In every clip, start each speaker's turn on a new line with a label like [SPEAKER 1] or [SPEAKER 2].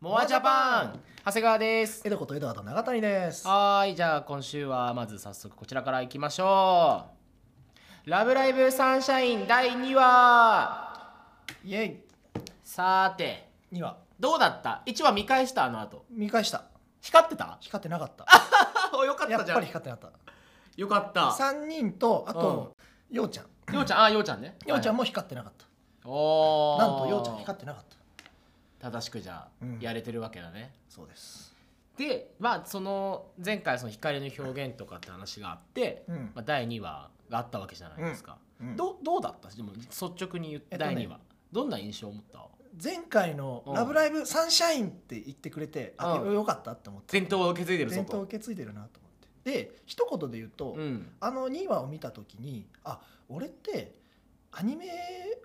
[SPEAKER 1] モアジャパン長谷川です
[SPEAKER 2] えどこと江戸川と永谷です。
[SPEAKER 1] はーいじゃあ今週はまず早速こちらからいきましょう「ラブライブサンシャイン」第2話
[SPEAKER 2] イエイ
[SPEAKER 1] さーて
[SPEAKER 2] には
[SPEAKER 1] どうだった1話見返したあの後
[SPEAKER 2] 見返した。
[SPEAKER 1] 光ってた
[SPEAKER 2] 光ってなかった。
[SPEAKER 1] よかっ
[SPEAKER 2] や
[SPEAKER 1] た
[SPEAKER 2] っ
[SPEAKER 1] じゃ
[SPEAKER 2] ぱ
[SPEAKER 1] ん
[SPEAKER 2] り光ってなかっ
[SPEAKER 1] よかった
[SPEAKER 2] た。三人とあと、ようちゃん。
[SPEAKER 1] ようちゃんあようちゃんね
[SPEAKER 2] ようちゃん
[SPEAKER 1] も
[SPEAKER 2] も光ってなかった。
[SPEAKER 1] おー
[SPEAKER 2] なんとようちゃん光ってなかった。
[SPEAKER 1] 正しくじゃあ
[SPEAKER 2] うん
[SPEAKER 1] やれてるわけだね、
[SPEAKER 2] そうです。
[SPEAKER 1] でまあその前回その光の表現とかって話があって、
[SPEAKER 2] うん
[SPEAKER 1] まあ、第2話があったわけじゃないですか、
[SPEAKER 2] うん
[SPEAKER 1] どどうだったでも率直に言って、
[SPEAKER 2] えっとね
[SPEAKER 1] 第2話どんな印象を持った
[SPEAKER 2] 前回の
[SPEAKER 1] うん
[SPEAKER 2] ラブライブサンシャインって言ってくれて、あ
[SPEAKER 1] うん
[SPEAKER 2] よかったって思って。
[SPEAKER 1] 伝統を受け継いでるぞ
[SPEAKER 2] 伝統を
[SPEAKER 1] と
[SPEAKER 2] 受け継いでるなと思って。で一言で言うと、
[SPEAKER 1] うん
[SPEAKER 2] あの2話を見た時に、あ俺ってアニメ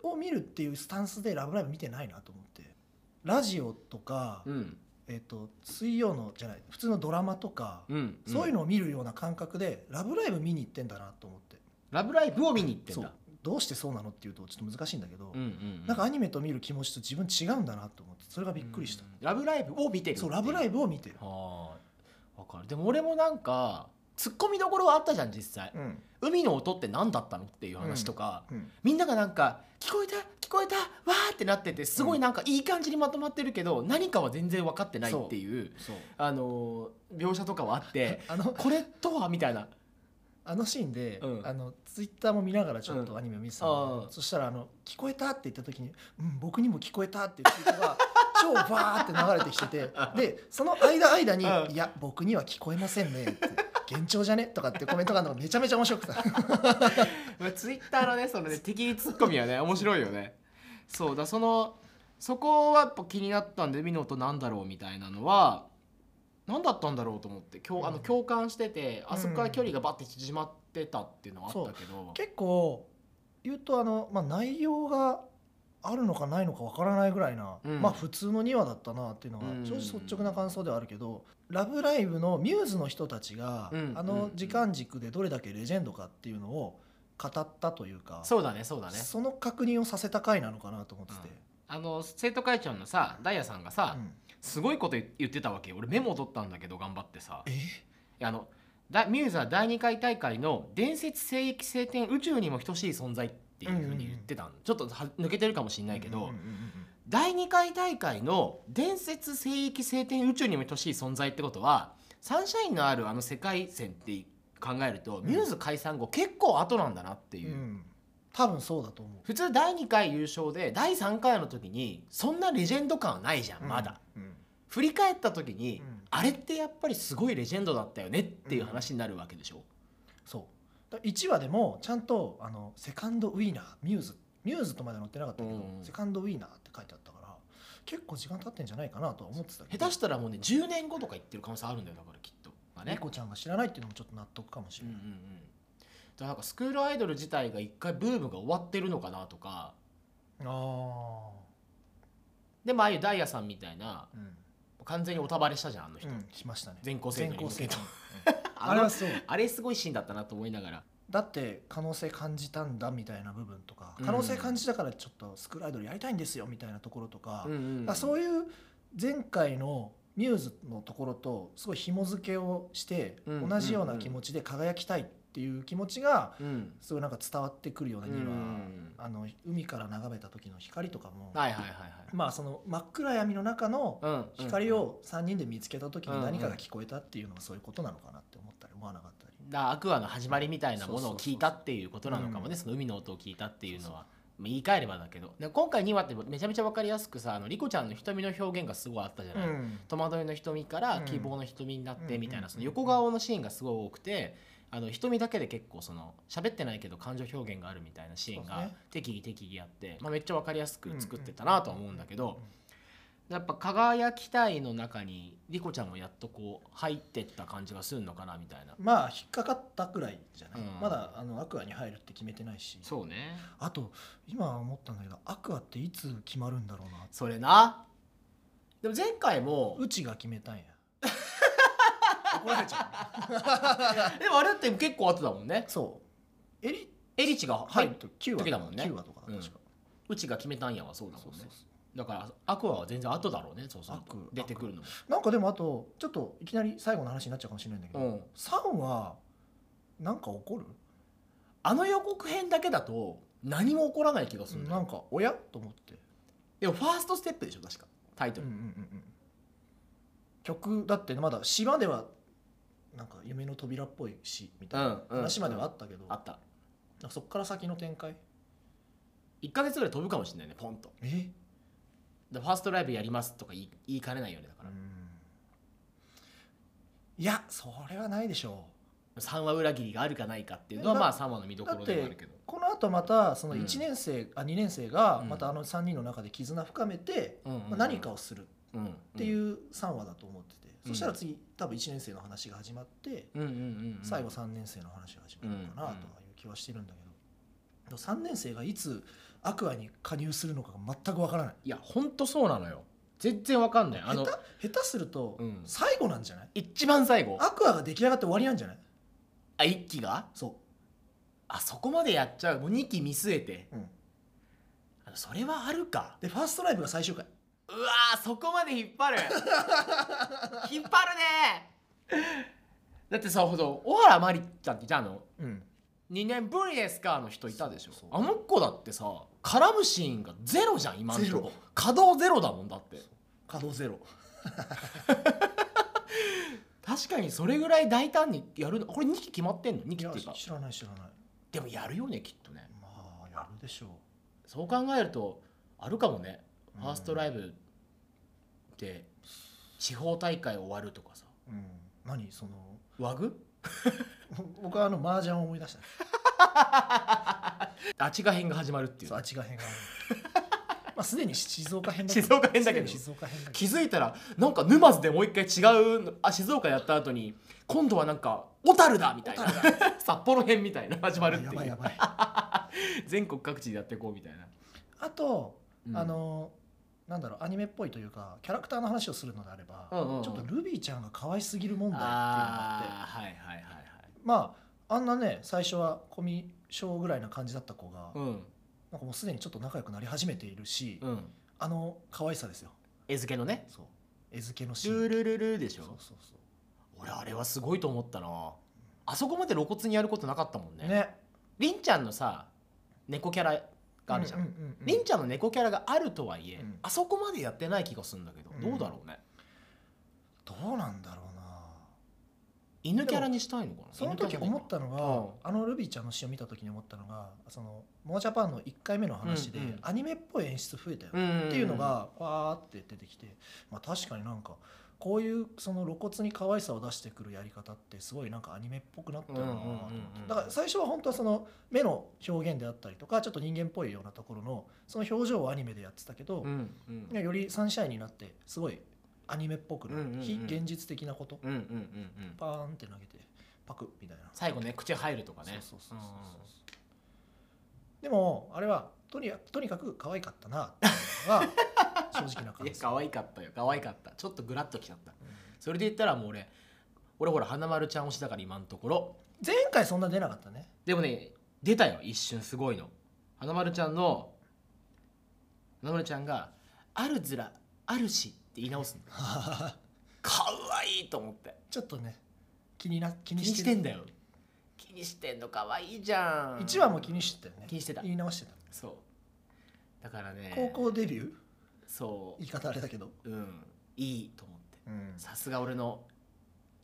[SPEAKER 2] を見るっていうスタンスでラブライブ見てないなと思って。ラジオとか。
[SPEAKER 1] うん
[SPEAKER 2] えっと水曜のじゃない普通のドラマとか、
[SPEAKER 1] うん
[SPEAKER 2] そういう
[SPEAKER 1] の
[SPEAKER 2] のを見るような感覚で「ラブライブ!」見に行ってんだなと思って
[SPEAKER 1] ラブライブを見に行ってん
[SPEAKER 2] そ
[SPEAKER 1] だ
[SPEAKER 2] うどうしてそうなのっていうとちょっと難しいんだけ
[SPEAKER 1] う
[SPEAKER 2] ど、
[SPEAKER 1] んうん
[SPEAKER 2] なんかア
[SPEAKER 1] ニ
[SPEAKER 2] ニメと見る気持ちと自分違うんだなと思ってそれがびっくりした、
[SPEAKER 1] ラブライブを見てる
[SPEAKER 2] そう「ラブラ
[SPEAKER 1] イ
[SPEAKER 2] イブ!」を見てる
[SPEAKER 1] ブ、はーいわかるでも俺もなんかツッコミどころはあったじゃん実際
[SPEAKER 2] うん
[SPEAKER 1] 海の音って何だったのっていう話とか、
[SPEAKER 2] うん
[SPEAKER 1] みんながなんか聞こえた聞こえたわーってなっててすごいなんかいい感じにまとまってるけど、何かは全然分かってないっていう
[SPEAKER 2] そう
[SPEAKER 1] あのー描写とかはあ って
[SPEAKER 2] あの
[SPEAKER 1] これとはみたいな
[SPEAKER 2] あのシーンで、
[SPEAKER 1] うん
[SPEAKER 2] あのツイッターも見ながらちょっとアニメを見てたの
[SPEAKER 1] うんああ
[SPEAKER 2] そしたらあの「聞こえた?」って言った時に「うん僕にも聞こえた」っていうツイート が超バーって流れてきててでその間間に
[SPEAKER 1] う
[SPEAKER 2] 「
[SPEAKER 1] ん
[SPEAKER 2] いや僕には聞こえませんね」って「幻聴じゃね?」とかってコメントがあるのがめちゃめちゃ面白くて
[SPEAKER 1] ツイッターのねそのね敵ツッコミはね面白いよねそうだそのそこはやっぱ気になったんで海の音なんだろうみたいなのは何だったんだろうと思って共あの
[SPEAKER 2] うん
[SPEAKER 1] 共感しててあそこから距離がバッて縮まってたっていうのはあったけど、
[SPEAKER 2] 結構言うとあの、まあ、内容があるのかないのかわからないぐらいな、
[SPEAKER 1] うん
[SPEAKER 2] まあ普通の2話だったなっていうのが
[SPEAKER 1] うん
[SPEAKER 2] 正直率直な感想ではあるけど「ラブライブ!」のミューズの人たちが、
[SPEAKER 1] うん
[SPEAKER 2] あの時間軸でどれだけレジェンドかっていうのを語ったというか、
[SPEAKER 1] そうだねそうだね
[SPEAKER 2] その確認をさせた回なのかなと思ってて、
[SPEAKER 1] あの生徒会長のさダイヤさんがさ、
[SPEAKER 2] うん
[SPEAKER 1] すごいこと言ってたわけよ俺メモを取ったんだけど頑張ってさ
[SPEAKER 2] え
[SPEAKER 1] いやあのだミューズは第2回大会の伝説聖域聖天宇宙にも等しい存在っていうふうに言ってたの、ちょっとは抜けてるかもしれないけど、
[SPEAKER 2] うんうんうんうん
[SPEAKER 1] 第2回大会の伝説聖域聖天宇宙にも等しい存在ってことはサンシャインのあるあの世界線って考えると、
[SPEAKER 2] ん
[SPEAKER 1] ミューズ解散後結構後なんだなっていう、
[SPEAKER 2] うん多分そうだと思う
[SPEAKER 1] 普通第2回優勝で第3回の時にそんなレジェンド感はないじゃんまだ、、
[SPEAKER 2] うんうん
[SPEAKER 1] 振り返った時に、
[SPEAKER 2] うん
[SPEAKER 1] あれってやっぱりすごいレジェンドだったよねっていう話になるわけでしょ、
[SPEAKER 2] そうだ1話でもちゃんとあのセカンドウィーナーミューズミューズとまでは載ってなかったけど、
[SPEAKER 1] うんうん
[SPEAKER 2] セカンドウィーナーって書いてあったから結構時間経ってんじゃないかなとは思ってたけ
[SPEAKER 1] 下
[SPEAKER 2] ど
[SPEAKER 1] 手したらもうね10年後とか言ってる可能性あるんだよだからきっと、まあね
[SPEAKER 2] ねこちゃんが知らないっていうのもちょっと納得かもし
[SPEAKER 1] う
[SPEAKER 2] れ
[SPEAKER 1] んう
[SPEAKER 2] なんい、
[SPEAKER 1] うんだからなんかスクールアイドル自体が一回ブームが終わってるのかなとか
[SPEAKER 2] あ
[SPEAKER 1] でもああいうダイヤさんみたいな
[SPEAKER 2] あうん、
[SPEAKER 1] 完全におたばれしたじゃんあの人、
[SPEAKER 2] うん、しましたね
[SPEAKER 1] 全校生徒に向けて
[SPEAKER 2] 全校生徒
[SPEAKER 1] あ
[SPEAKER 2] あれ
[SPEAKER 1] れ
[SPEAKER 2] はそう
[SPEAKER 1] あれすごいシーンだったなと思いながら
[SPEAKER 2] だって可能性感じたんだみたいな部分とか
[SPEAKER 1] うん
[SPEAKER 2] 可能性感じたからちょっとスクールアイドルやりたいんですよみたいなところとか、
[SPEAKER 1] うんうん
[SPEAKER 2] だからそうういう前回のミューズのところとすごい紐付けをして
[SPEAKER 1] うん
[SPEAKER 2] 同じような気持ちで輝きたいっていう気持ちが
[SPEAKER 1] うん
[SPEAKER 2] すごいなんか伝わってくるような
[SPEAKER 1] う
[SPEAKER 2] には
[SPEAKER 1] ん
[SPEAKER 2] あの海から眺めた時の光とかも
[SPEAKER 1] はいはいはい
[SPEAKER 2] まあその真っ暗闇の中の
[SPEAKER 1] はい、うん、
[SPEAKER 2] 光を3人で見つけた時
[SPEAKER 1] うんう
[SPEAKER 2] に
[SPEAKER 1] ん
[SPEAKER 2] 何かが聞こえたっていうのがそういうことなのかなって思ったり思わなかったり
[SPEAKER 1] だアクアの始まりみたいなものを聞いたっていうことなのかもねその海の音を聞いたっていうのはまあ言い換えればだけどで今回2話ってめちゃめちゃ分かりやすくさあのリコちゃんの瞳の表現がすごいあったじゃない、戸惑いの瞳から
[SPEAKER 2] うん
[SPEAKER 1] 希望の瞳になってみたいな
[SPEAKER 2] うん
[SPEAKER 1] その横顔のシーンがすごい多くてあの瞳だけで結構その喋ってないけど感情表現があるみたいなシーン
[SPEAKER 2] そう
[SPEAKER 1] が
[SPEAKER 2] ですね
[SPEAKER 1] 適宜適宜あって、まあ、めっちゃ分かりやすく作ってたなとは思うんだけどやっぱ輝きたいの中にリコちゃんもやっとこう入ってった感じがするのかなみたいな。
[SPEAKER 2] まあ引っかかったくらいじゃない
[SPEAKER 1] うん
[SPEAKER 2] まだあのアクアに入るって決めてないし
[SPEAKER 1] そうね
[SPEAKER 2] あと今思ったんだけどアクアっていつ決まるんだろうなって
[SPEAKER 1] それなでも前回も
[SPEAKER 2] うちが決 めたんや怒られちゃ
[SPEAKER 1] でもあれだって結構後だもんね
[SPEAKER 2] うそうエリ
[SPEAKER 1] エリチが
[SPEAKER 2] 入
[SPEAKER 1] 入
[SPEAKER 2] る
[SPEAKER 1] る
[SPEAKER 2] と9話
[SPEAKER 1] 時だもんね
[SPEAKER 2] 9話とかだ
[SPEAKER 1] うん
[SPEAKER 2] 確か、
[SPEAKER 1] うちが決めたんやはそうだもん
[SPEAKER 2] そう
[SPEAKER 1] ね
[SPEAKER 2] そう
[SPEAKER 1] だからアクアは全然後だろうねそうする
[SPEAKER 2] ア
[SPEAKER 1] と
[SPEAKER 2] ク
[SPEAKER 1] 出てくるのも
[SPEAKER 2] なんかでもあとちょっといきなり最後の話になっちゃうかもしれないんだけど、
[SPEAKER 1] うん
[SPEAKER 2] サンはなんか怒る
[SPEAKER 1] あの予告編だけだと何も起こらない気がするんだよ
[SPEAKER 2] なんか親と思って、
[SPEAKER 1] でもファーストステップでしょ確かタイト
[SPEAKER 2] うん
[SPEAKER 1] ル、
[SPEAKER 2] うんうんうん、曲だってまだ詩まではなんか夢の扉っぽい詩みたいな
[SPEAKER 1] うんうん
[SPEAKER 2] 話まではあったけど、
[SPEAKER 1] あった
[SPEAKER 2] なんかそっから先の展開
[SPEAKER 1] 1か月ぐらい飛ぶかもしれないねポンと
[SPEAKER 2] え
[SPEAKER 1] でファーストライブやりますとか言い言いかねないよねだから、
[SPEAKER 2] いやそれはないでしょ
[SPEAKER 1] 3話裏切りがあるかないかっていうのは
[SPEAKER 2] え
[SPEAKER 1] ま
[SPEAKER 2] だ
[SPEAKER 1] あ3話の見どころでもあるけど
[SPEAKER 2] うこのあとまたそうの
[SPEAKER 1] ん
[SPEAKER 2] 1年生、あ2年生が
[SPEAKER 1] うん
[SPEAKER 2] またあの3人の中で絆深めて、
[SPEAKER 1] うんうんうん
[SPEAKER 2] まあ、何かをするっ
[SPEAKER 1] うんうん
[SPEAKER 2] ていう3話だと思ってて、
[SPEAKER 1] うん
[SPEAKER 2] そしたら次多分1年生の話が始まって、
[SPEAKER 1] うんうんうんうん
[SPEAKER 2] 最後3年生の話が始まるのかなとはいう気はしてるんだけど。でも3年生がいつアクアに加入するのかが全くわからない
[SPEAKER 1] いやほんとそうなのよ全然わかんないあ
[SPEAKER 2] 下
[SPEAKER 1] の
[SPEAKER 2] 手下手すると
[SPEAKER 1] うん
[SPEAKER 2] 最後なんじゃない、
[SPEAKER 1] 一番最後
[SPEAKER 2] アクアが出来上がって終わりなんじゃない
[SPEAKER 1] あ一期が
[SPEAKER 2] そ
[SPEAKER 1] あそこまでやっちゃうもう2期見据えて
[SPEAKER 2] う、うん、
[SPEAKER 1] あそれはあるか
[SPEAKER 2] でファーストライブが最終回
[SPEAKER 1] うわーそこまで引っ 張る引っ張るねだってさほど小原まりちゃんってじゃああの
[SPEAKER 2] うん
[SPEAKER 1] 2年ぶりですかの人いたでしょ
[SPEAKER 2] そうそう
[SPEAKER 1] あの子だってさ絡むシーンがゼロじゃん今のと
[SPEAKER 2] ゼ
[SPEAKER 1] こ
[SPEAKER 2] ロ
[SPEAKER 1] 稼働ゼロだもんだって
[SPEAKER 2] 稼働ゼロ
[SPEAKER 1] 確かにそれぐらい大胆にやるのこれ2期決まってんの2
[SPEAKER 2] い
[SPEAKER 1] 期っ
[SPEAKER 2] や
[SPEAKER 1] ていうか
[SPEAKER 2] 知らない知らない
[SPEAKER 1] でもやるよねきっとね
[SPEAKER 2] まあやるでしょう
[SPEAKER 1] そう考えるとあるかもね
[SPEAKER 2] うん
[SPEAKER 1] ファーストライブで地方大会終わるとかさ
[SPEAKER 2] うん何その
[SPEAKER 1] 和具
[SPEAKER 2] 僕はあの麻雀を思い出した
[SPEAKER 1] あちが編が始まるっていう
[SPEAKER 2] そうあっちが変がある まあすでに静岡編 だ
[SPEAKER 1] 静岡編だけど
[SPEAKER 2] すでに静岡編だけ
[SPEAKER 1] 気づいたらなんか沼津でもう一回違うのあ静岡やった後に今度はなんか小樽だみたいな 札幌編みたいな始
[SPEAKER 2] ど
[SPEAKER 1] まるって
[SPEAKER 2] や
[SPEAKER 1] い
[SPEAKER 2] ばいや
[SPEAKER 1] う
[SPEAKER 2] ばい
[SPEAKER 1] 全国各地でやっていこうみたいな、
[SPEAKER 2] あと、
[SPEAKER 1] うん
[SPEAKER 2] あのなんだろうアニメっぽいというかキャラクターの話をするのであれば、
[SPEAKER 1] うんうんうん
[SPEAKER 2] ちょっとルビーちゃんが可愛すぎる問題っていうのがあって
[SPEAKER 1] ああはいはいはいはい
[SPEAKER 2] まああんなね最初はコミショぐらいな感じだった子が、
[SPEAKER 1] うん
[SPEAKER 2] なんかもうすでにちょっと仲良くなり始めているし、
[SPEAKER 1] うん
[SPEAKER 2] あの可愛さですよ
[SPEAKER 1] 餌付けのね
[SPEAKER 2] そう餌付けのシーン
[SPEAKER 1] ルルルルでし
[SPEAKER 2] そう
[SPEAKER 1] ょ
[SPEAKER 2] そうそう
[SPEAKER 1] 俺あれはすごいと思ったなあそこまで露骨にやることなかったもんね
[SPEAKER 2] ね
[SPEAKER 1] りんちゃんのさ猫キャラがあるじゃん,、
[SPEAKER 2] うううう
[SPEAKER 1] りんちゃんの猫キャラがあるとはいえ、
[SPEAKER 2] うん
[SPEAKER 1] あそこまでやってない気がするんだけど、
[SPEAKER 2] うん
[SPEAKER 1] どうだろうね
[SPEAKER 2] どうなんだろうな
[SPEAKER 1] 犬キャラにしたいのかな
[SPEAKER 2] その
[SPEAKER 1] 犬キ
[SPEAKER 2] 時
[SPEAKER 1] ャラでいい
[SPEAKER 2] 思
[SPEAKER 1] か
[SPEAKER 2] ったのが、
[SPEAKER 1] うん
[SPEAKER 2] あのルビーちゃんの詩を見た時に思ったのがそのモアジャパンの1回目の話で、
[SPEAKER 1] うんうん
[SPEAKER 2] アニメっぽい演出増えたよ、
[SPEAKER 1] っ
[SPEAKER 2] っていうの、がわーって出てきて、まあ、確かになんかこういうその露骨に可愛さを出してくるやり方ってすごいなんかアニメっぽくなったなと思って、
[SPEAKER 1] うんうんうんうん
[SPEAKER 2] だから最初は本当はその目の表現であったりとかちょっと人間っぽいようなところのその表情をアニメでやってたけど
[SPEAKER 1] う、んうん
[SPEAKER 2] いやよりサンシャインになってすごいアニメっぽくなる、
[SPEAKER 1] うんうんうん
[SPEAKER 2] 非現実的なこと
[SPEAKER 1] うんうんうんうん、
[SPEAKER 2] パーンって投げてパクッみたいな。
[SPEAKER 1] 最後ね口入るとかね
[SPEAKER 2] そうそうそうそうそうでもあれはとにとにかく可愛かったなっていうのが正直な
[SPEAKER 1] うん
[SPEAKER 2] 感
[SPEAKER 1] いや
[SPEAKER 2] 想
[SPEAKER 1] 可愛かったよ可愛かったちょっとグラッときちゃったそれで言ったらもう俺俺ほら花丸ちゃん推しだから今のところ
[SPEAKER 2] 前回そんな出なかったね
[SPEAKER 1] でもね出たよ一瞬すごいの花丸ちゃんの花丸ちゃんが「あるずらあるし」って言い直 すのかわいいと思って
[SPEAKER 2] ちょっとね気にな
[SPEAKER 1] 気
[SPEAKER 2] 気に
[SPEAKER 1] に
[SPEAKER 2] し
[SPEAKER 1] して
[SPEAKER 2] て
[SPEAKER 1] んだよ気にしてんのかわいいじゃん
[SPEAKER 2] 1話も気にしてたよね
[SPEAKER 1] 気にしてた
[SPEAKER 2] 言い直してた、
[SPEAKER 1] そうだからね
[SPEAKER 2] 高校デビュー
[SPEAKER 1] そ
[SPEAKER 2] 言い方あれだけど、
[SPEAKER 1] ううんいいと思って
[SPEAKER 2] うん、
[SPEAKER 1] さすが俺の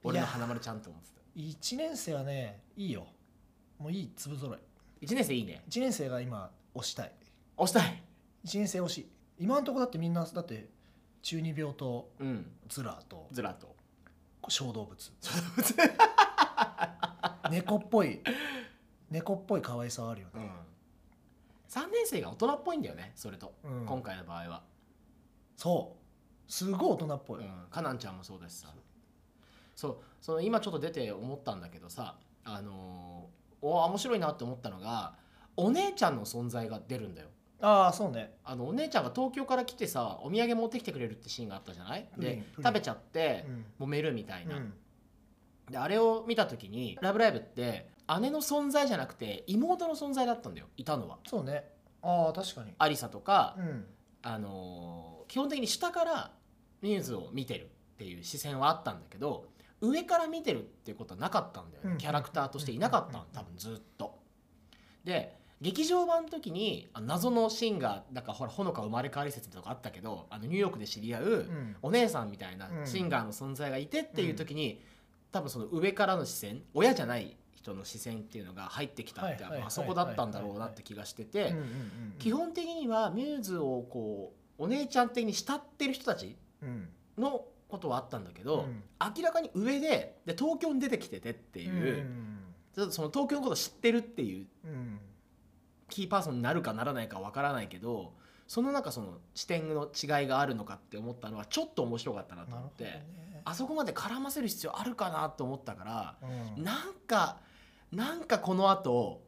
[SPEAKER 1] 俺の花丸ちゃんと思ってた
[SPEAKER 2] 1年生はねいいよもういい粒揃い
[SPEAKER 1] 1年生いいね
[SPEAKER 2] 1年生が今推したい
[SPEAKER 1] 押したい
[SPEAKER 2] 1年生推し今のところだってみんなだって中二病と
[SPEAKER 1] うん
[SPEAKER 2] ズラと
[SPEAKER 1] ずらと
[SPEAKER 2] 小動物猫っ ぽい猫っぽい可愛さはあるよ
[SPEAKER 1] う
[SPEAKER 2] ね、
[SPEAKER 1] ん3年生が大人っぽいんだよねそれと、
[SPEAKER 2] うん
[SPEAKER 1] 今回の場合は
[SPEAKER 2] そうすごい大人っぽい、
[SPEAKER 1] うん、カナンちゃんもそうだしさそうその今ちょっと出て思ったんだけどさあのーお面白いなって思ったのがお姉ちゃんの存在が出るんだよ
[SPEAKER 2] ああそうね
[SPEAKER 1] あのお姉ちゃんが東京から来てさお土産持ってきてくれるってシーンがあったじゃない
[SPEAKER 2] プリン
[SPEAKER 1] で
[SPEAKER 2] プリン
[SPEAKER 1] 食べちゃって
[SPEAKER 2] うん、
[SPEAKER 1] 揉めるみたいな、
[SPEAKER 2] うん
[SPEAKER 1] であれを見た時に「ラブライブ!」って姉の存在じゃなくて妹の存在だったんだよいたのは
[SPEAKER 2] そうねああ確かに
[SPEAKER 1] アリサとか
[SPEAKER 2] うん
[SPEAKER 1] あのー基本的に下からニュースを見てるっていう視線はあったんだけど上から見てるっていうことはなかったんだよ
[SPEAKER 2] う
[SPEAKER 1] ね
[SPEAKER 2] ん
[SPEAKER 1] キャラクターとしていなかったの多分ずっと。で劇場版の時にあ謎のシンガーだからほらほのか生まれ変わり説とかあったけどあのニューヨークで知り合う、
[SPEAKER 2] うん
[SPEAKER 1] お姉さんみたいな
[SPEAKER 2] うん
[SPEAKER 1] シンガーの存在がいてっていう時に、多分その上からの視線親じゃない人の視線っていうのが入ってきたって
[SPEAKER 2] はいはい
[SPEAKER 1] あそこだったんだろうなって気がしてて
[SPEAKER 2] うんうんうん
[SPEAKER 1] 基本的にはミューズをこうお姉ちゃん的に慕ってる人たち
[SPEAKER 2] うん
[SPEAKER 1] のことはあったんだけど、
[SPEAKER 2] うん
[SPEAKER 1] 明らかに上でで東京に出てきててっていう、ちょっとその東京のこと知ってるっていう
[SPEAKER 2] うんうん
[SPEAKER 1] キーパーソンになるかならないかわからないけどその中その視点の違いがあるのかって思ったのはちょっと面白かったなと
[SPEAKER 2] なる
[SPEAKER 1] 思っ
[SPEAKER 2] ほど
[SPEAKER 1] て。
[SPEAKER 2] ね
[SPEAKER 1] あそこまで絡ませる必要あるかなと思ったから、
[SPEAKER 2] うん
[SPEAKER 1] なんかなんかこの後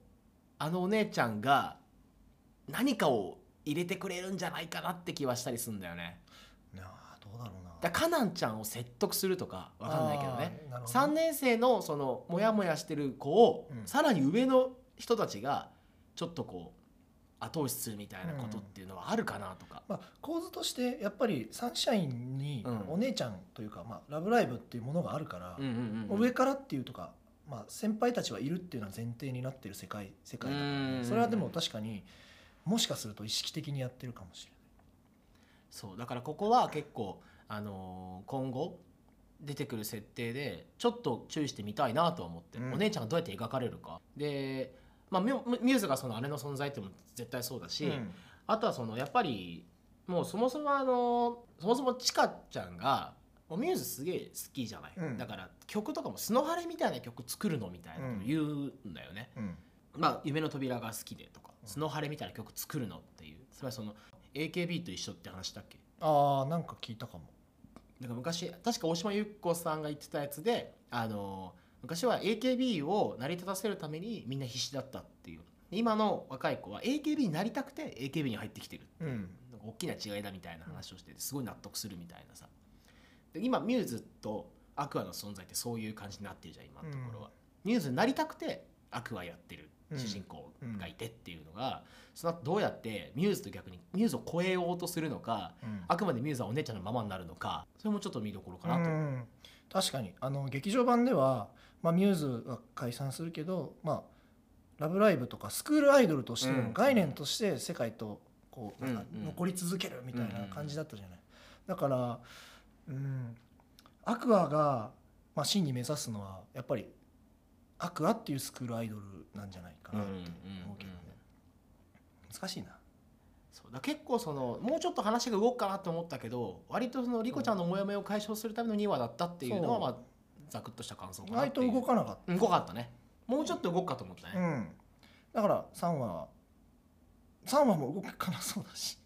[SPEAKER 1] あのお姉ちゃんが何かを入れてくれるんじゃないかなって気はしたりするんだよね。
[SPEAKER 2] なあどうだろうな
[SPEAKER 1] だからカナンちゃんを説得するとかわかんないけどね。
[SPEAKER 2] あーなるほど
[SPEAKER 1] 3年生のそのモヤモヤしてる子を、
[SPEAKER 2] うん
[SPEAKER 1] さらに上の人たちがちょっとこう後押しするみたいなことっていうのはあるかなとか。
[SPEAKER 2] まあ、構図としてやっぱりサンシャインに
[SPEAKER 1] うん
[SPEAKER 2] お姉ちゃんというか「まあ、ラブライブ!」っていうものがあるから、
[SPEAKER 1] うんうんうん
[SPEAKER 2] 上からっていうとか、まあ、先輩たちはいるっていうのは前提になってる世界世界だからね、
[SPEAKER 1] うん
[SPEAKER 2] それはでも確かにもしかすると意識的にやってるかもしれない。
[SPEAKER 1] そうだからここは結構、あのー今後出てくる設定でちょっと注意してみたいなとは思ってる、
[SPEAKER 2] うん
[SPEAKER 1] お姉ちゃんがどうやって描かれるかで、まあ、ミュミューズがその姉の存在っていうのも絶対そうだし、あとはそのやっぱりもうそもそもあのそもそもちかちゃんがもうミューズすげえ好きじゃない、
[SPEAKER 2] うん
[SPEAKER 1] だから曲とかも「スノハレ」みたいな曲作るのみたいなこと言うんだよね。
[SPEAKER 2] うん
[SPEAKER 1] まあ、夢の扉が好きでとか「
[SPEAKER 2] うん
[SPEAKER 1] スノハレ」みたいな曲作るのっていうそれはその AKB と一緒って話だっけ
[SPEAKER 2] ああなんか聞いたかも。
[SPEAKER 1] なんか昔確か大島優子さんが言ってたやつで、あの昔は AKB を成り立たせるためにみんな必死だったっていう今の若い子は AKB になりたくて AKB に入ってきてる
[SPEAKER 2] うん
[SPEAKER 1] なんか大きな違いだみたいな話をしててすごい納得するみたいなさで今ミューズとアクアの存在ってそういう感じになってるじゃん今のところは、ミューズになりたくてアクアやってる
[SPEAKER 2] うん
[SPEAKER 1] 主人公がいてっていうのが、その後どうやってミューズと逆にミューズを超えようとするのか
[SPEAKER 2] うん
[SPEAKER 1] あくまでミューズはお姉ちゃんのままになるのかそれもちょっと見どころかなと、
[SPEAKER 2] うん確かにあの劇場版では、まあ、ミューズは解散するけど「まあ、ラブライブ!」とかスクールアイドルとして
[SPEAKER 1] う
[SPEAKER 2] の
[SPEAKER 1] ん
[SPEAKER 2] 概念として世界とこう
[SPEAKER 1] う
[SPEAKER 2] なんんか
[SPEAKER 1] うん
[SPEAKER 2] 残り続けるみたいな
[SPEAKER 1] うん
[SPEAKER 2] 感じだったじゃない。だから、うん、アクアが、まあ、真に目指すのはやっぱりアクアっていうスクールアイドルなんじゃないかなって思うけどね。
[SPEAKER 1] うんうんうん
[SPEAKER 2] 難しいな。
[SPEAKER 1] そうだ結構そのもうちょっと話が動くかなと思ったけど割とそのリコちゃんのモヤモヤを解消するための2話だったっていうのは
[SPEAKER 2] そう
[SPEAKER 1] まあざくっとした感想
[SPEAKER 2] 意
[SPEAKER 1] かなっ
[SPEAKER 2] 外
[SPEAKER 1] て
[SPEAKER 2] と
[SPEAKER 1] いう
[SPEAKER 2] 動かなかった。
[SPEAKER 1] うん動かったねもうちょっと動くかと思った
[SPEAKER 2] う
[SPEAKER 1] ね、
[SPEAKER 2] ん、だから3話3話も動かなそうだし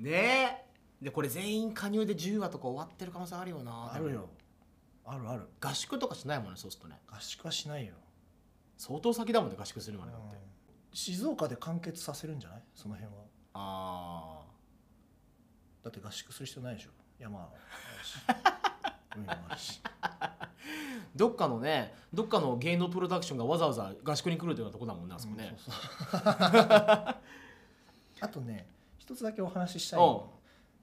[SPEAKER 1] ねえでこれ全員加入で10話とか終わってる可能性あるよな
[SPEAKER 2] あるよあるある
[SPEAKER 1] 合宿とかしないもんねそうするとね
[SPEAKER 2] 合宿はしないよ、
[SPEAKER 1] 相当先だもんね合宿するまでだっ
[SPEAKER 2] う
[SPEAKER 1] て、
[SPEAKER 2] ん静岡で完結させるんじゃないその辺は
[SPEAKER 1] ああ
[SPEAKER 2] だって合宿する必要ないでしょ 山あるし海もあるし
[SPEAKER 1] どっかのねどっかの芸能プロダクションがわざわざ合宿に来るというようなとこだもんねあそこね、
[SPEAKER 2] うんそうそう あとね一つだけお話ししたい
[SPEAKER 1] おう
[SPEAKER 2] の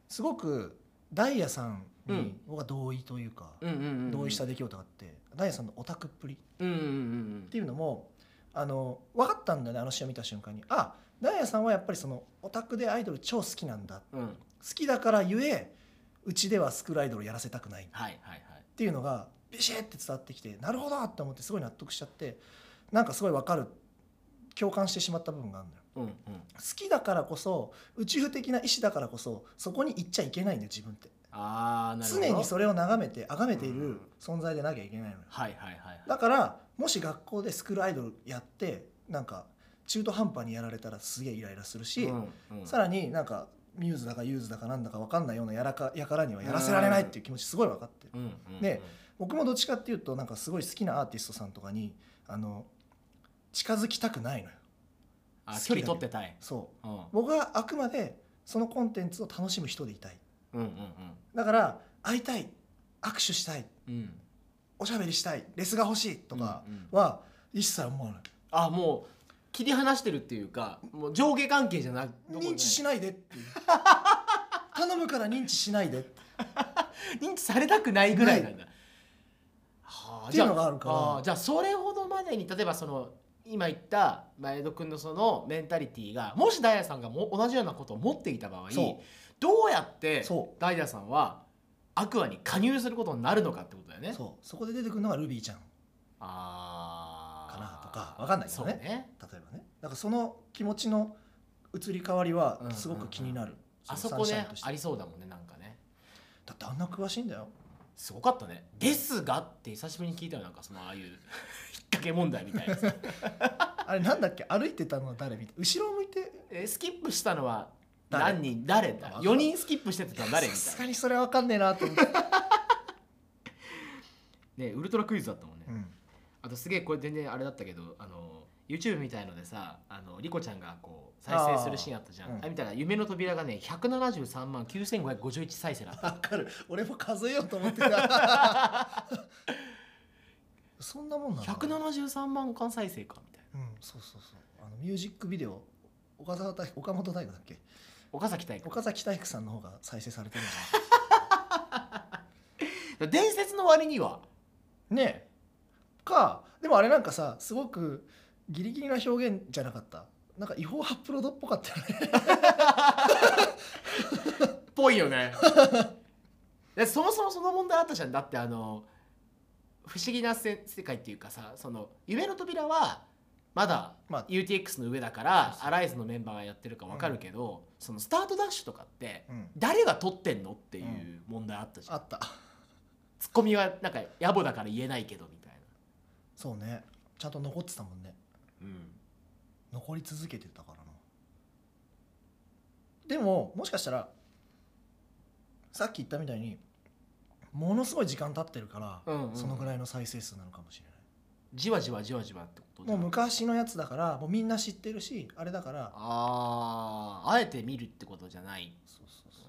[SPEAKER 2] すごくダイヤさん
[SPEAKER 1] う
[SPEAKER 2] に
[SPEAKER 1] ん
[SPEAKER 2] 僕は同意というか、
[SPEAKER 1] うんうんうんうん
[SPEAKER 2] 同意した出来事があってダイヤさんのオタクっぷり
[SPEAKER 1] うんうんうん
[SPEAKER 2] っ
[SPEAKER 1] うん
[SPEAKER 2] ていうのもあの分かったんだよねあの試合見た瞬間にあダイヤさんはやっぱりそのオタクでアイドル超好きなんだ
[SPEAKER 1] うん
[SPEAKER 2] 好きだからゆえうちではスクールアイドルやらせたくないっ
[SPEAKER 1] はいはいはい
[SPEAKER 2] ていうのがビシッて伝わってきてなるほどって思ってすごい納得しちゃってなんかすごい分かる共感してしまった部分があるんだよ
[SPEAKER 1] うんうん
[SPEAKER 2] 好きだからこそ宇宙的な意志だからこそそこに行っちゃいけないんだよ自分って
[SPEAKER 1] ああなるほど
[SPEAKER 2] 常にそれを眺めて崇めていうる
[SPEAKER 1] ん
[SPEAKER 2] 存在でなきゃいけないのよ
[SPEAKER 1] はいはいはい
[SPEAKER 2] だからもし学校でスクールアイドルやってなんか中途半端にやられたらすげえイライラするし、
[SPEAKER 1] うんうん
[SPEAKER 2] さらになんかミューズだかユーズだかなんだか分かんないようなやらかやからにはやらせられないっていう気持ちすごい分かってる、
[SPEAKER 1] うんうんうん
[SPEAKER 2] で僕もどっちかっていうとなんかすごい好きなアーティストさんとかにあの近づきたくないのよ
[SPEAKER 1] あ距離取ってたい
[SPEAKER 2] そう
[SPEAKER 1] うん
[SPEAKER 2] 僕はあくまでそのコンテンツを楽しむ人でいたい
[SPEAKER 1] うんうん
[SPEAKER 2] だから会いたい握手したい
[SPEAKER 1] うんうん
[SPEAKER 2] おしゃべりしたいレスが欲しいとか
[SPEAKER 1] うんうん
[SPEAKER 2] は一切思わない、
[SPEAKER 1] あもう切り離してるっていうかもう上下関係じゃなく
[SPEAKER 2] 認知しないで っていう頼むから認知しないでって
[SPEAKER 1] 認知されたくないぐらいなんだ。はあ
[SPEAKER 2] っていうのがあるから
[SPEAKER 1] じゃああじゃあそれほどまでに例えばその今言った前戸君のそのメンタリティーがもしダイヤさんがも同じようなことを持っていた場合
[SPEAKER 2] そ
[SPEAKER 1] どうやって
[SPEAKER 2] そ
[SPEAKER 1] ダイヤさんはアクアに加入することになるのかってことだよね。
[SPEAKER 2] そうそこで出てくるのがルビーちゃん
[SPEAKER 1] あー
[SPEAKER 2] かなとかわかんないけどね
[SPEAKER 1] そうね
[SPEAKER 2] 例えばねだからその気持ちの移り変わりはすごく気になる、
[SPEAKER 1] あ
[SPEAKER 2] の
[SPEAKER 1] そこ
[SPEAKER 2] サンシャイ
[SPEAKER 1] ね
[SPEAKER 2] ンとして
[SPEAKER 1] ありそうだもんねなんかね
[SPEAKER 2] だってあんな詳しいんだよ
[SPEAKER 1] すごかったね「ですが」って久しぶりに聞いたよなんかそのああいう 引っ掛け問題みたいなさ
[SPEAKER 2] あれなんだっけ歩いてたのは誰みた いな後ろを向いて
[SPEAKER 1] えスキップしたのは
[SPEAKER 2] 誰
[SPEAKER 1] 何人誰
[SPEAKER 2] あ
[SPEAKER 1] だ
[SPEAKER 2] わかんない
[SPEAKER 1] 4人スキップしてたのは誰み
[SPEAKER 2] さす
[SPEAKER 1] た
[SPEAKER 2] が
[SPEAKER 1] い
[SPEAKER 2] にそれは分かんねえなと 思って、
[SPEAKER 1] なねウルトラクイズだったもんね、
[SPEAKER 2] うん
[SPEAKER 1] あとすげえこれ全然あれだったけどあの YouTube みたいのでさあのリコちゃんがこう再生するシーンあったじゃんあ,、
[SPEAKER 2] あーうん
[SPEAKER 1] れ見たら夢の扉がね173万9551再 生だった
[SPEAKER 2] わかる俺も数えようと思って たそんなもんなの
[SPEAKER 1] 173万回再生かみたいな
[SPEAKER 2] うんそうそうそうあのミュージックビデオ岡沢体岡本体育だっけ
[SPEAKER 1] 岡崎体育
[SPEAKER 2] 岡崎体育さんの方が再生されてるんじ
[SPEAKER 1] 伝説の割には
[SPEAKER 2] ゃないねえかでもあれなんかさすごくギリギリな表現じゃなかったなんか違法アップロードっぽかったよね
[SPEAKER 1] ぽいよね でそもそもその問題あったじゃんだってあの不思議なせ世界っていうかさその夢の扉はまだ
[SPEAKER 2] まあ
[SPEAKER 1] UTX の上だから
[SPEAKER 2] そうそう
[SPEAKER 1] アライズのメンバーがやってるかわかるけど、そのスタートダッシュとかって
[SPEAKER 2] うん
[SPEAKER 1] 誰が取ってんのっていう問題あったじゃん、
[SPEAKER 2] あった
[SPEAKER 1] ツッコミはなんか野暮だから言えないけどみたい
[SPEAKER 2] そうねちゃんと残ってたもんね
[SPEAKER 1] な、
[SPEAKER 2] 残り続けてたからなでももしかしたらさっき言ったみたいにものすごい時間経ってるか
[SPEAKER 1] う
[SPEAKER 2] ら、
[SPEAKER 1] んうん
[SPEAKER 2] そのぐらいの再生数なのかもしれ
[SPEAKER 1] じわじわじわじわってこと
[SPEAKER 2] な
[SPEAKER 1] じ
[SPEAKER 2] い
[SPEAKER 1] ゃ
[SPEAKER 2] もうん昔のやつだからもうみんな知ってるしあれだから
[SPEAKER 1] あーあえて見るってことじゃない
[SPEAKER 2] そうそうそ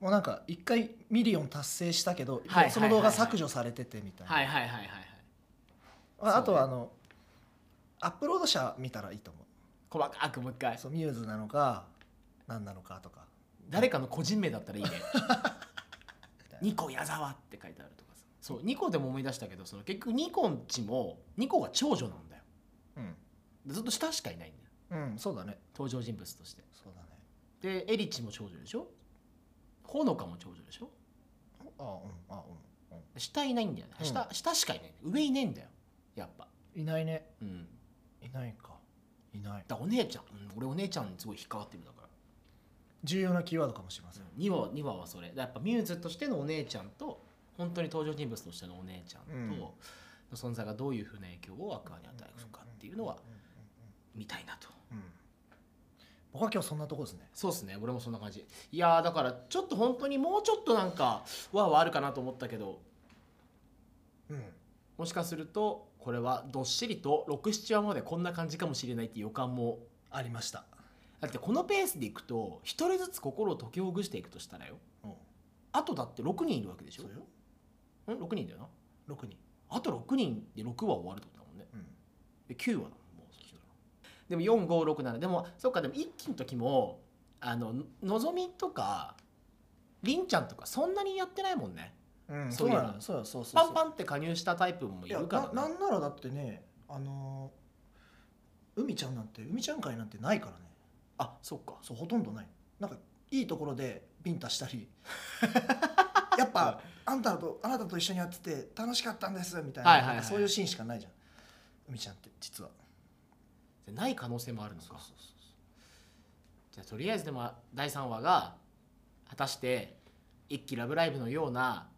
[SPEAKER 2] うもうなんか一回ミリオン達成したけど、
[SPEAKER 1] はい
[SPEAKER 2] もうその動画削除されててみたいな、
[SPEAKER 1] はいはいはいはいはい
[SPEAKER 2] ああとはあ
[SPEAKER 1] そ
[SPEAKER 2] のアップロード者見たらいいと思う
[SPEAKER 1] 細かくもう一回
[SPEAKER 2] そうミューズなのか何なのかとか
[SPEAKER 1] 誰かの個人名だったらいいね ニコ矢沢って書いてあるとかさそうニコでも思い出したけどその結局ニコんちもニコが長女なんだよ
[SPEAKER 2] うん、
[SPEAKER 1] ずっと下しかいないんだよ
[SPEAKER 2] うん、そうだね
[SPEAKER 1] 登場人物として
[SPEAKER 2] そうだね
[SPEAKER 1] でエリチも長女でしょほのかも長女でしょ
[SPEAKER 2] あうんあうん、
[SPEAKER 1] 下いないんだよね
[SPEAKER 2] うん
[SPEAKER 1] 下,、下しかいない上いねえんだよやっぱ
[SPEAKER 2] うん、いないね
[SPEAKER 1] うん
[SPEAKER 2] いないかいない
[SPEAKER 1] だからお姉ちゃん、うん俺お姉ちゃんにすごい引っかかってるだから
[SPEAKER 2] 重要なキーワードかもしれません、
[SPEAKER 1] 2話二話はそれやっぱミューズとしてのお姉ちゃんと本当に登場人物としてのお姉ちゃんと、
[SPEAKER 2] うん
[SPEAKER 1] の存在がどういうふうな影響をアクアに与えるかっていうのは見たいなと
[SPEAKER 2] うん、うんうん僕は今日そんなとこですね
[SPEAKER 1] そうですね俺もそんな感じいやーだからちょっと本当にもうちょっとなんかわーわーあるかなと思ったけど
[SPEAKER 2] うん
[SPEAKER 1] もしかするとこれはどっしりと67話までこんな感じかもしれないって予感も
[SPEAKER 2] ありました
[SPEAKER 1] だってこのペースでいくと一人ずつ心を解きほぐしていくとしたらよ
[SPEAKER 2] うん
[SPEAKER 1] あとだって6人いるわけでしょ
[SPEAKER 2] そうよ
[SPEAKER 1] ん6人だよな
[SPEAKER 2] 6人
[SPEAKER 1] あと6人で6話終わるってことだもんね
[SPEAKER 2] うん
[SPEAKER 1] で9話だもんもうそっちだでも4567でもそっかでも一期の時もあののぞみとかりんちゃんとかそんなにやってないもんね
[SPEAKER 2] うん、
[SPEAKER 1] そ
[SPEAKER 2] そうう
[SPEAKER 1] いえ
[SPEAKER 2] な
[SPEAKER 1] ば
[SPEAKER 2] のよそうよそうそう
[SPEAKER 1] パ
[SPEAKER 2] そう
[SPEAKER 1] ンパンって加入したタイプもい
[SPEAKER 2] いや
[SPEAKER 1] るから、ね、
[SPEAKER 2] ななんならだってねあのー海ちゃんなんて海ちゃん会なんてないからね
[SPEAKER 1] あそっか
[SPEAKER 2] そうほとんどないなんかいいところでビンタし たりやっぱあんたとあなたと一緒にやってて楽しかったんですみたいな,、
[SPEAKER 1] はいはいはい
[SPEAKER 2] なんかそういうシーンしかないじゃん海ちゃんって実は
[SPEAKER 1] ない可能性もあるのか
[SPEAKER 2] そうそう
[SPEAKER 1] じゃあとりあえずでも第3話が果たして一期ラブライブのような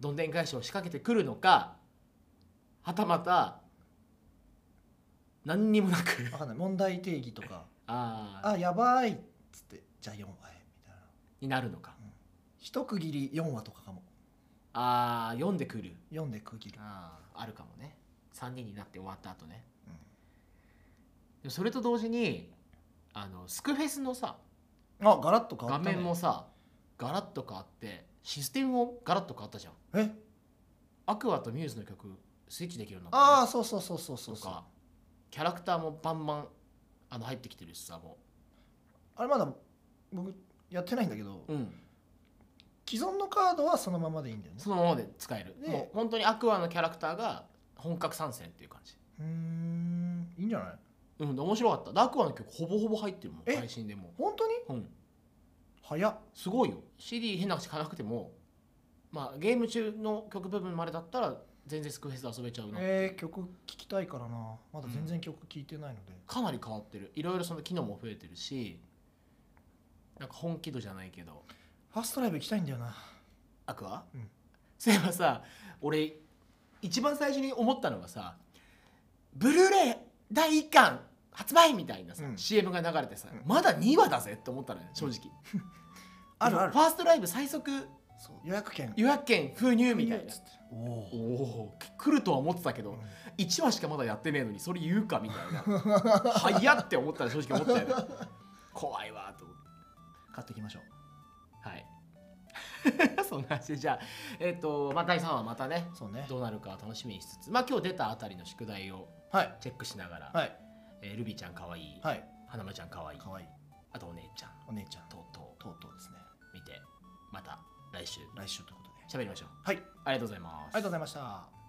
[SPEAKER 1] どんでん返しを仕掛けてくるのかはたまた何にもなく
[SPEAKER 2] 分かんない問題定義とか
[SPEAKER 1] ああ
[SPEAKER 2] あやばいっつってじゃあ4話へみたいな
[SPEAKER 1] になるのか
[SPEAKER 2] 一区切り4話とかかも
[SPEAKER 1] ああ読んでくる
[SPEAKER 2] 4で区切る
[SPEAKER 1] あーあるかもね3人になって終わった後ね、
[SPEAKER 2] うん
[SPEAKER 1] でもそれと同時にあのスクフェスのさ
[SPEAKER 2] あガラッと変わ
[SPEAKER 1] 画
[SPEAKER 2] った、ね、
[SPEAKER 1] 面もさガラッと変わってシステムもガラッと変わったじゃん
[SPEAKER 2] え
[SPEAKER 1] アクアとミューズの曲スイッチできるようになったね
[SPEAKER 2] ああそうそうそうそうそう
[SPEAKER 1] と
[SPEAKER 2] そう
[SPEAKER 1] かキャラクターもバンバンあの入ってきてるしさも
[SPEAKER 2] あれまだ僕やってないんだけど、
[SPEAKER 1] う、うん、
[SPEAKER 2] 既存のカードはそのままでいいんだよね
[SPEAKER 1] そのままで使える
[SPEAKER 2] で
[SPEAKER 1] もう本当にアクアのキャラクターが本格参戦っていう感じ
[SPEAKER 2] うーんいいんじゃない
[SPEAKER 1] うん面白かったでアクアの曲ほぼほぼ入ってるもん
[SPEAKER 2] え
[SPEAKER 1] 配信でも
[SPEAKER 2] 本当に
[SPEAKER 1] うん
[SPEAKER 2] 早っ
[SPEAKER 1] すごいよ CD 変な話聞かなくてもまあゲーム中の曲部分までだったら全然スクフェスで遊べちゃうな、
[SPEAKER 2] えー、曲聴きたいからなまだ全然曲聴いてないので、
[SPEAKER 1] かなり変わってるいろいろその機能も増えてるしなんか本気度じゃないけど
[SPEAKER 2] ファーストライブ行きたいんだよな
[SPEAKER 1] アクア、
[SPEAKER 2] うん
[SPEAKER 1] そういえばさ俺一番最初に思ったのがさブルーレイ第1巻発売みたいなさ、
[SPEAKER 2] うん
[SPEAKER 1] CM が流れてさ、
[SPEAKER 2] うん
[SPEAKER 1] まだ2話だぜって思ったのよ正直、ファーストライブ最速
[SPEAKER 2] そう予約券
[SPEAKER 1] 予約券封入みたい
[SPEAKER 2] っ
[SPEAKER 1] な
[SPEAKER 2] つっておお
[SPEAKER 1] おおー来るとは思ってたけど、
[SPEAKER 2] う
[SPEAKER 1] 1話しかまだやってねえのにそれ言うかみたいな 早っって思ったら正直思ったよね怖いわと思って買っていきましょうはい そんな話でじゃあえっ、とまあ第3話またね
[SPEAKER 2] んそうね
[SPEAKER 1] どうなるかは楽しみにしつつまあ今日出たあたりの宿題を
[SPEAKER 2] はい
[SPEAKER 1] チェックしながら、
[SPEAKER 2] はい
[SPEAKER 1] えールビーちゃんかわいい、
[SPEAKER 2] はい
[SPEAKER 1] 花丸ちゃんかわいい
[SPEAKER 2] かわいい
[SPEAKER 1] あとお姉ちゃん
[SPEAKER 2] お姉ちゃんと
[SPEAKER 1] とうと
[SPEAKER 2] とうとうですね
[SPEAKER 1] う見てまた来週
[SPEAKER 2] 来週ということで
[SPEAKER 1] 喋りましょう
[SPEAKER 2] はいあり
[SPEAKER 1] ありがとうございます
[SPEAKER 2] がとうございました